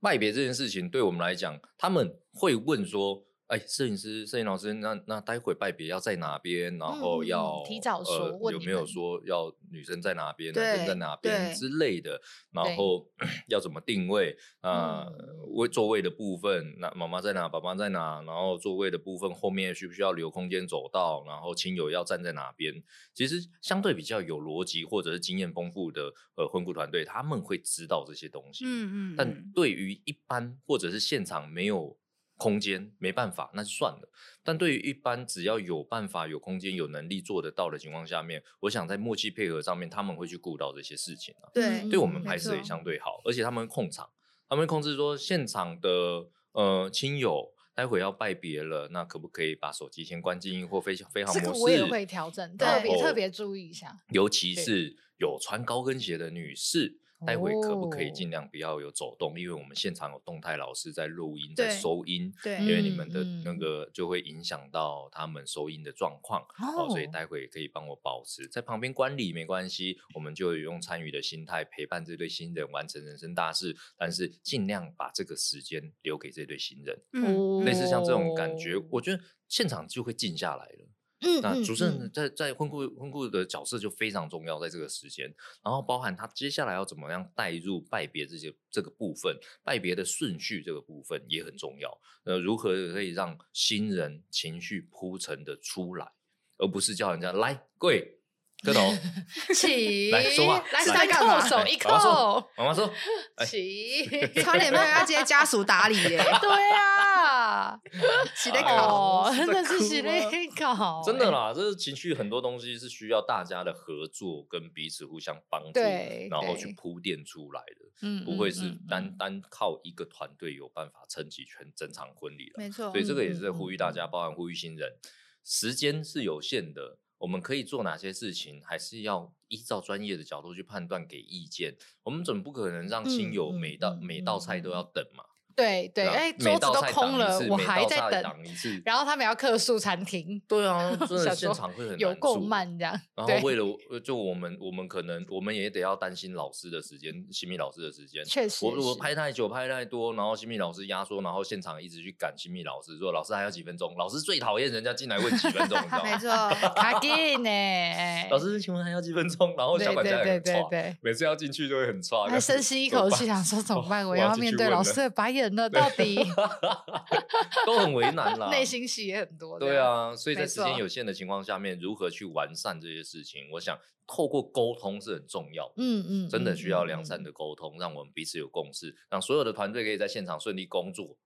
拜别这件事情对我们来讲，他们会问说：“哎，摄影师、摄影老师，那那待会拜别要在哪边？然后
嗯嗯
要、
提早说
呃，
问
有
你
没有
们
说要女生在哪边，男生在
对
哪边
对
之类的？然后 要怎么定位？啊、
嗯
位座位的部分，那妈妈在哪，爸爸在哪？然后座位的部分后面需不需要留空间走道？然后亲友要站在哪边？其实相对比较有逻辑或者是经验丰富的呃婚顾团队，他们会知道这些东西。
嗯嗯，
但对于一般或者是现场没有空间，没办法，那就算了。但对于一般只要有办法、有空间、有能力做得到的情况下面，我想在默契配合上面，他们会去顾到这些事情啊。
对
嗯
对我们
没
拍摄也
错
相对好，而且他们会控场，他们会控制说现场的呃亲友。待会要拜别了，那可不可以把手机先关静音或飞飞行
这
模
个
式？
我也会调整，特
然
别特
后
别注意一下。
尤其
对
是有穿高跟鞋的女士，待会可不可以
哦
尽量不要有走动？因为我们现场有动态老师在录音，在
对
收音，
对
因为你们的
嗯
那
嗯
个就会影响到他们收音的状况。哦，所以待会可以帮我保持在旁边观礼没关系，我们就用参与的心态陪伴这对新人完成人生大事，但是尽量把这个时间留给这对新人，
嗯
类似像这种感觉
哦，
我觉得现场就会静下来了。
嗯
那
嗯
主持人
嗯
在在婚顾婚顾的角色就非常重要，在这个时间，然后包含他接下来要怎么样带入拜别这些这个部分，拜别的顺序这个部分也很重要。呃，如何可以让新人情绪铺陈的出来，而不是叫人家来跪磕 头，
起
来说话
来
是
再
在干
扣
嘛
手
哎
一
好好说
扣，
妈妈说哎
起，
差点被人家直接家属打理 耶，
对 啊，
起得搞。
哦，
是
真
在
的 是
哭啊
起
吗
来搞，
真的啦，这是情绪很多东西是需要大家的合作跟彼此互相帮助，
对
然后去
对
铺垫出来的。
嗯，嗯
不会是单、
嗯嗯
单靠一个团队有办法撑起全整场婚礼的。
没错
所以这个也
嗯
是在呼吁大家，
嗯
包含呼吁新人，时间是有限的，我们可以做哪些事情，还是要依照专业的角度去判断给意见。我们总不可能让亲
嗯
友
嗯
每道、
嗯
每道菜都要等嘛？
对对，
吧
哎，
啊每
桌子
道
都
菜挡
空
一
了
次，
我
每
还
道
在
菜
等
挡一次
然后他们要客诉餐厅，
对啊， 真的
想
现
说
场会很
有
难
够
做
慢这样，
然
对
后为 了我就我们我们可能我们也得要担心老师的时间，新密老师的时间。
确实
我我
是
拍太久拍太多，然后新密老师压缩，然后现场一直去赶新密老师，说老师还有几分钟，老师最讨厌人家进来问几分钟，你知
没
道吗？
错，
卡进呢，哎
老师，请问还要几分钟？然后
对
小管家也
对
很
对
差，
对
每次啊要进去就会很差，
对，还深吸一口气， 想说怎么
哦
办？我要面对老师的白眼了，到 底
都很为难啦。
内心戏也很多。
啊对
这样，
啊，所以在
没
时间
错
有限的情况下面，如何去完善这些事情，我想透过沟通是很重要的。
嗯嗯，
真的
嗯
需要良善。
嗯嗯
的沟通，让我们彼此有共识，让所有的团队可以在现场顺利工作，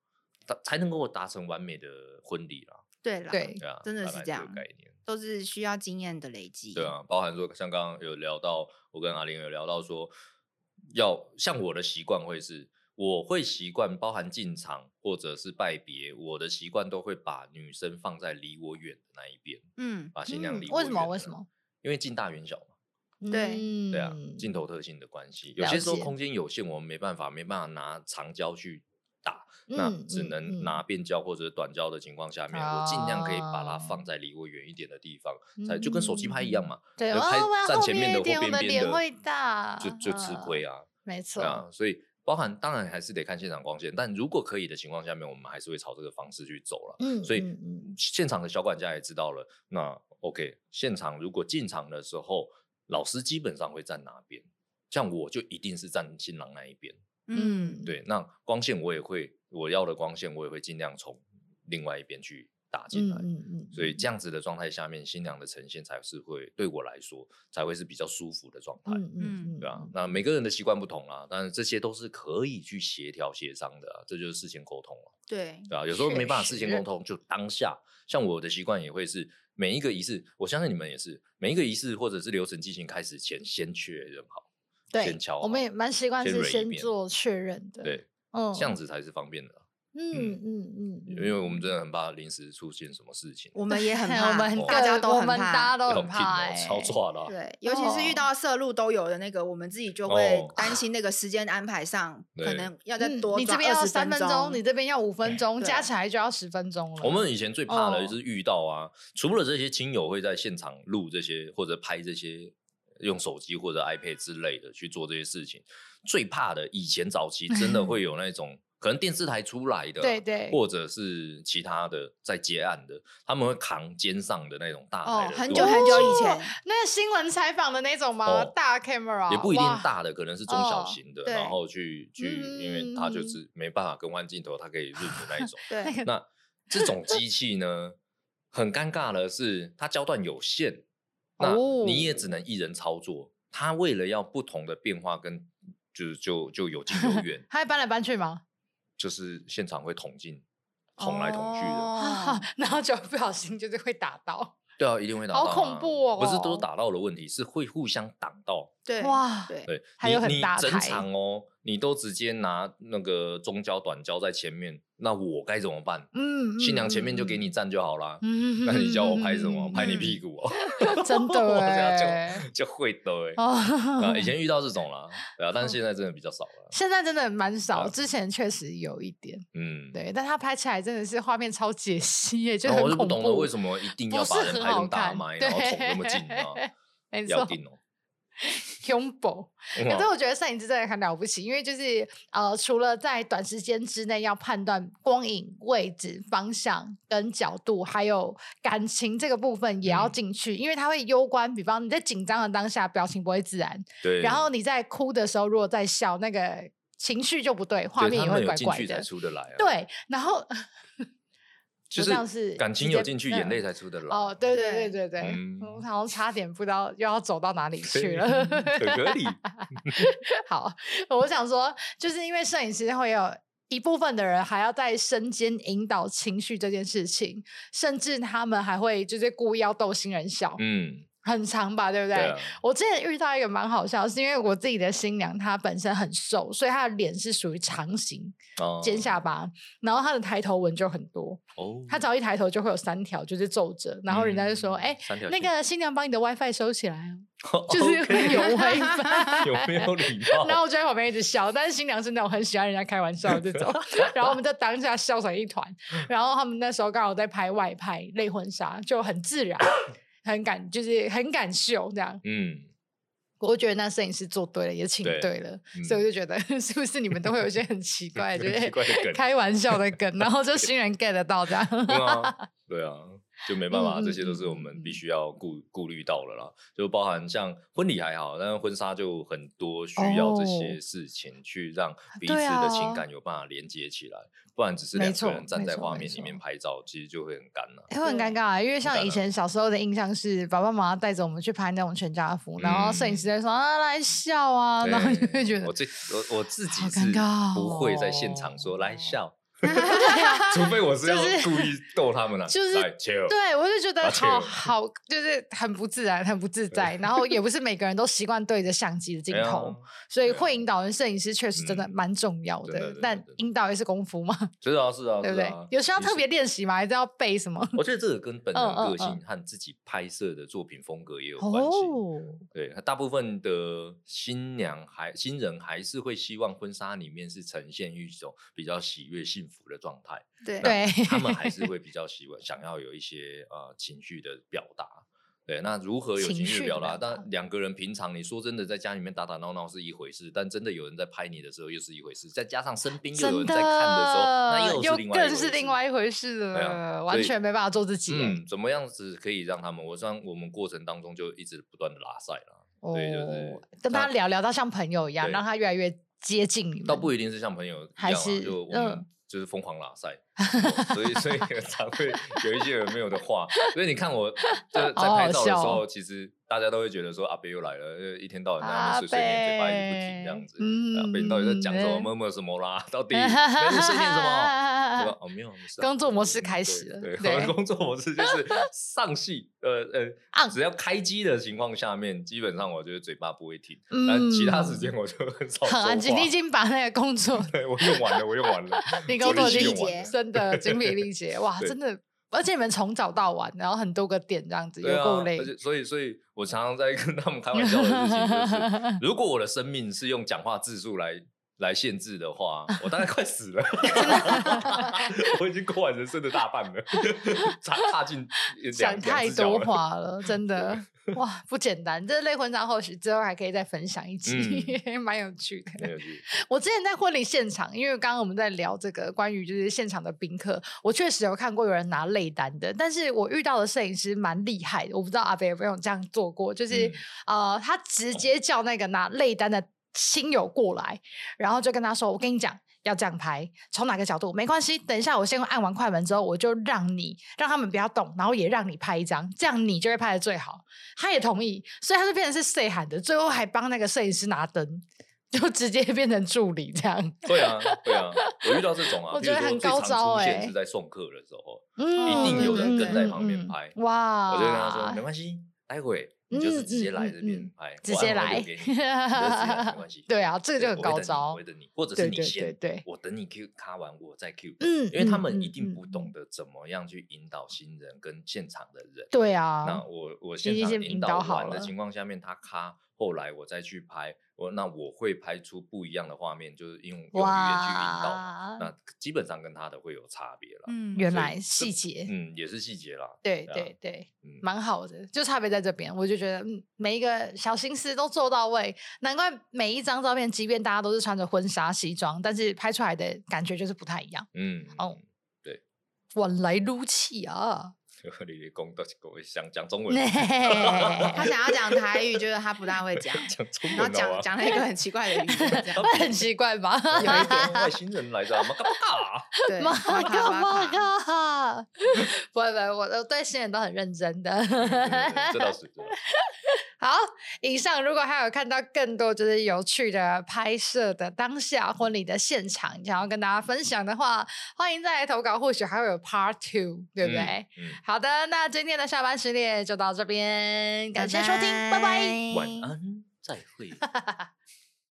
达才能够达成完美的婚礼啦。
对了，
对
对啊，
真的
大
是
概
这
个
样
概念。
都是需要经验的累积。
对啊，包含说像刚刚有聊到，我跟阿玲有聊到说，要像我的习惯会是，我会习惯包含进场或者是拜别，我的习惯都会把女生放在离我远的那一边，
嗯，
把新娘
嗯
离我
为什么？
远
为
的
什么？
因为近大远小嘛。
对
嗯
对啊，镜头特性的关系，有
了
些时候
解
空间有限，我们没办法，没办法拿长焦去大，
嗯
那
嗯
只能
嗯
拿变焦或者是短焦的情况下面，我尽量可以把它
哦
放在离我远一点的地方，才就跟手机拍一样嘛，
对，
呃
哦
拍
我要
站
后
前面
面
的
一
或
点，我
边
们
边
脸
的
会大，
就就吃亏
啊，
啊，
没错
对，啊，所以。包含当然还是得看现场光线，但如果可以的情况下面，我们还是会朝这个方式去走了。
嗯，
所以
嗯嗯
现场的小管家也知道了。那 OK，现场如果进场的时候，老师基本上会站哪边？像我就一定是站新郎那一边。
嗯，
对，那光线我也会，我要的光线我也会尽量从另外一边去打进来。
嗯嗯，
所以
嗯
这样子的状态下面，新娘的呈现才是会对我来说才会是比较舒服的状态。
嗯嗯，
对啊
嗯，，
那每个人的习惯不同啊，但是这些都是可以去协调协商的、啊，这就是事前沟通了、
对，
对啊，有时候
确
没办法事先
实
沟通，就当下。像我的习惯也会是每一个仪式，我相信你们也是每一个仪式或者是流程进行开始前，先确认好，
对
先敲，
我们
好
也蛮习惯
先
是
蕊一
先
遍
做确认的，，
对，
嗯，
这样，子才是方便的啊、
嗯嗯嗯，
因为我们真的很怕临时出现什么事情，
我们也很
我
怕，
们
哦
大家
对
都
我
很
们大家
怕。
都
要
很
紧
怕
哦
欸，
超抓的啊、
对，尤其是遇
哦
到摄入都有的那个，我们自己就会
哦
担心那个时间安排上，可
对
能要再
嗯
多
你
抓
这边要
20
三分钟，你这边要五分钟，
对
加起来就要十分钟了。
我
嗯
们以前最怕的
哦
就是遇到啊，除了这些亲友会在现场录这些或者拍这些，用手机或者 iPad 之类的去做这些事情，最怕的以前早期真 的会有那种可能电视台出来的啊，
对对
或者是其他的在接案的，他们会扛肩上的那种大台
哦
的，
很
录
久很久以前，
那新闻采访的那种吗？
哦
大 camera
也不一定
哇
大的，可能是中小
哦
型的，
对
然后去去，因为他就
嗯
是没办法更换镜头，他可以润的那一种。
对
那个
那这 种机器呢，很尴尬的是，它焦段有限，那
哦，
你也只能一人操作。它为了要不同的变化跟就就就有近有远
还搬来搬去吗？
就是现场会捅进，捅来捅去的。
哦
然后就不小心就是会打到，
对啊，一定会打到、
好
啊。
恐怖哦
不是都打到的问题，是会互相挡到。
对，
哇，
对，
对，
还
你
有很
你
大
整
台
场哦，你都直接拿那个中焦短焦在前面，那我该怎么办？
嗯，
新娘前面就给你站就好啦。
嗯，嗯，
那你叫我拍什么？拍你
嗯
屁股哦。
股， 真
我
的
这样讲
哎，
就会的欸
哦嗯
啊，以前遇到这种啦，对啊，但是现在真的比较少了。
现在真的蛮少，
啊
之前确实有一点，
嗯，
对，但他拍起来真的是画面超解析耶，就
然
很
后哦我就不
恐
懂了，
怖
为什么一定
不
要
是
把人
很
拍
好
成大
看
麦，然后捅那么近啊？
对 没
要
错
紧哦。
，combo。可哎是我觉得摄影师真的很了不起，因为就是呃，除了在短时间之内要判断光影、位置、方向跟角度，还有感情这个部分也要
嗯
进去，因为它会攸关，比方你在紧张的当下表情不会自然，
对，
然后你在哭的时候如果在笑，那个情绪就不对，画
对
面
他
也
们
会
有
怪
进
怪
去才
的。
出得来啊。，
对，然后
就
我这样是
是感情
直接嗯
有进去，眼泪才出得来。啊
哦，对对对
对
对对，
嗯
我好像差点不知道又要走到哪里
对
去了。
可可以。
好，我想说，就是因为摄影师会有一部分的人还要在身兼引导情绪这件事情，甚至他们还会就是故意要逗新人笑，
嗯，
很长吧，对不对？
对啊，
我之前遇到一个蛮好笑，是因为我自己的新娘她本身很瘦，所以她的脸是属于长型
哦
尖下巴，然后她的抬头纹就很多，
哦，
她只要一抬头就会有三条，就是皱着，然后人家就说：“
嗯
哎、
三条
那
线
个新娘把你的 WiFi 收起来哦。” 就
OK
是有 WiFi。
有没有礼
然后
貌？
我就在旁边一直笑，但是新娘是那种很喜欢人家开玩笑的这 种，然后我们就当下笑成一团。然后他们那时候刚好在拍外拍类婚纱，就很自然， 很敢，就是很敢秀这样。
嗯，
我就觉得那摄影师做对了，也请
对
对了，
嗯
所以我就觉得 是不是你们都会有一些很奇怪，就
很 奇
是
怪的梗
开玩笑的 梗，然后就新人 get 得到这样。
对啊，对啊，就没办法，
嗯
这些都是我们必须要顾顾虑到了啦。就包含像婚礼还好，但是婚纱就很多需要这些
哦
事情去让彼此
对
的情
啊
感有办法连接起来，不然只是
没
两个
错
人站
没
在
错
画
没
面里面
错
拍照，其实就会很干了。
欸会很尴
对
尬啊，因为像
当
以
然
前小时候的印象是爸爸妈妈带着我们去拍那种全家福，然后摄影师在说啊来 笑啊，然后你就
嗯对
会觉得
哎我这我我自己
好尴
是
尬
不会在现场说来
哦
笑，除非我是要
就是
故意逗他们啦，
就是
来切尔
对，啊我就觉得
而且
好好，就是很不自然，很不自在。然后也不是每个人都习惯对着相机的镜
哎呀
头，所以
对啊
会引导人摄影师确实真的
嗯
蛮重要
真的
的
真。的
但
真的
引导也是功夫嘛，
是啊是啊，
对不
是
对
啊？
有需要特。
其
别
实
练习吗？还是要背什么？
我觉得这个跟本
嗯
人
嗯
个性
嗯
和自己拍摄的作品风格也有关系。
哦，
对，大部分的新娘还新人还是会希望婚纱里面是呈现一种比较喜悦、幸福的状态。
对
对
那他们还 是会比较喜欢想要有一些呃情绪的表达。对，那如何有
情
情
绪
绪
的
表
表
达？
达
但两个人平常，你说真的，在家里面打打闹闹是一回事，但真的有人在拍你的时候又是一回事，再加上身边又有人在
真
看的时候，那
的
又是另外一回事
更是另外一回事
对啊
了，
所
完
以
全没办法做自己。
嗯，怎么样子可以让他们？我像我们过程当中就一直不断的拉塞啦，
哦
对就是，
跟
那
他聊聊到像朋友一样，
对
让他越来越接近你们。
倒不一定是像朋友一样、啊，
嗯还是
就我
嗯
们就是疯狂 拉塞，所以所以才会有一些有没有的话。所以你看 我就是在
好
拍照
好
的时
笑
候，
哦
其实大家都会觉得说阿北又来了，呃一天到晚在
啊
那边碎碎念，嘴巴一直不停这样子。
阿
阿
北
北你到底在讲什么？
嗯
默默什么啦？到底那是碎念什 么？对吧？哦，没有，没事啊
呃工作模式
嗯
开
对
始了
对，
对
我的工作模式 就是上戏，呃呃，
on
只要开机的情况下面，基本上我就是嘴巴不会停，
嗯
但其他时间我就很少
很安
说
静，
话
你已经把那个工作，
对我用完了，我用完了
你
我
工作
力气
力
用完
竭
竭，
了
真的精疲力竭，哇，
对
真的，而且你们从早到晚，然后很多个点这样子，
对
有
啊
够，累
而。且所以所以我常常在跟他们开玩笑的事情 就是，如果我的生命是用讲话字数来来限制的话，我大概快死 了， 我已经过完人生的大半了， 踏踏进两
想太多，
两只脚了
话了，真的哇，不简单。这类婚纱或许之后还可以再分享一集，
嗯
蛮有趣的。
很有趣
我之前在婚礼现场，因为刚刚我们在聊这个关于就是现场的宾客，我确实有看过有人拿泪单的，但是我遇到的摄影师蛮厉害的，我不知道阿北有没有这样做过，就是、
嗯
呃，他直接叫那个拿泪单的亲友过来，然后就跟他说：“我跟你讲。”要这样拍，从哪个角度没关系。等一下，我先按完快门之后，我就让你让他们不要动，然后也让你拍一张，这样你就会拍的最好。他也同意，所以他就变成是 C 喊的，最后还帮那个摄影师拿灯，就直接变成助理这样。
对啊，对啊，我遇到这种啊，
我觉得
比如说
很高招
最常出
欸
现是在送客的时候，
嗯，
一定有人
跟在旁边
嗯嗯嗯
拍
哇！
我就跟他说没关系，待会你就是直接来这
嗯嗯嗯嗯
边拍，
直接
我按完
来。
就给你你就直接来没关系
对啊这个就很
对我会
高
等你
招
我会等你，或者
对
是你
对对
先，
对
我等你 Q 卡完，我再 Q。
嗯
因为他
嗯
们
嗯
一定不
嗯
懂得怎么样去引导新人跟现场的人。
对啊，
那我我
已
现
经
场
先引
引
导
导
好
完的
了
情况下面，他卡，后来我再去拍，我那我会拍出不一样的画面，就是用用语言去引导嘛。
哇
那基本上跟他的会有差别了。
嗯
原
所以
来
这
细节，
嗯，也是细节啦。
对
啊
对对，
嗯，
蛮好的，就差别在这边，我就觉得嗯，每一个小心思都做到位，难怪每一张照片，即便大家都是穿着婚纱西装，但是拍出来的感觉就是不太一样。
嗯
哦，晚来撸气啊！
你的公道我想讲 中文，
哎他
他
想要讲台语，觉得他不大会 讲，
讲中
然后
文好
讲
啊。
讲了一个很奇怪的语言， 这样
会很奇怪吧？
有一点外星人来着，我们干嘛？
对，
马
卡
嘎
卡
马
卡卡
嘎，不会不会，我我对新人都很认真
嗯
的。
这倒是，这倒是
好，以上如果还有看到更多就是有趣的拍摄的当下婚礼的现场，想要跟大家分享的话，欢迎再来投稿，或许还会有 Part Two，对不对？？
嗯
好的，那今天的下班时列就到这边，感谢收听，拜拜
嗯，晚安，再会。